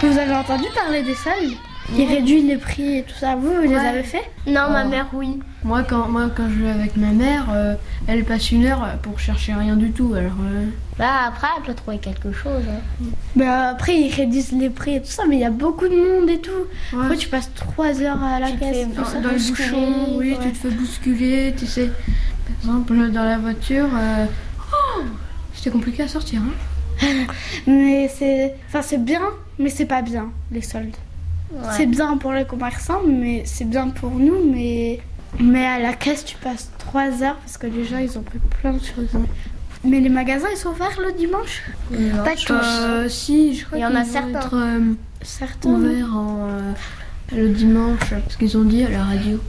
Vous avez entendu parler des soldes Ils réduisent les prix et tout ça. Vous, vous les Ouais. avez fait Non, ma Oh. mère, oui. Moi quand, moi, quand je vais avec ma mère, euh, elle passe une heure pour chercher rien du tout. Alors, euh, Bah, après, elle peut trouver quelque chose. hein. Bah, après, ils réduisent les prix et tout ça, mais il y a beaucoup de monde et tout. ouais. Après, tu passes 3 heures à la Tu te caisse. fais tout dans- ça. dans le bousculer, bouchon, oui, ouais. tu te fais bousculer, tu sais. Par exemple, dans la voiture, euh, oh, c'était compliqué à sortir. hein. Mais c'est. Enfin, c'est bien, mais c'est pas bien, les soldes. Ouais. C'est bien pour les commerçants, mais c'est bien pour nous, mais. Mais à la caisse, tu passes 3 heures parce que les gens, ils ont pris plein de choses. Mais les magasins, ils sont ouverts le dimanche Pas tous. Euh, si, je crois Il y en qu'ils a vont certains. être euh, Certains. non ouverts en, euh, le dimanche, parce qu'ils ont dit à la radio.